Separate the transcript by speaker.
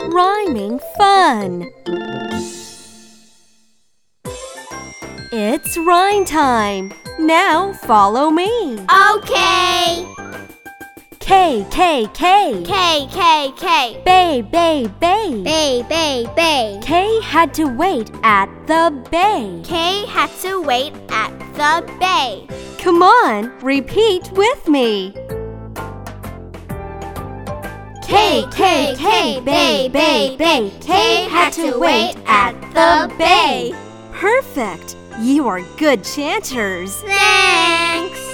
Speaker 1: rhyming fun. It's rhyme time. Now follow me.
Speaker 2: Okay.
Speaker 1: K K K.
Speaker 2: K, K, K.
Speaker 1: Bay bay bay.
Speaker 2: Bay, bay, bay.
Speaker 1: K had to wait at the bay.
Speaker 2: K had to wait at the bay.
Speaker 1: Come on, repeat with me.
Speaker 2: K, K, K, bay, bay, bay. K had to wait at the bay.
Speaker 1: Perfect. You are good chanters.
Speaker 2: Thanks.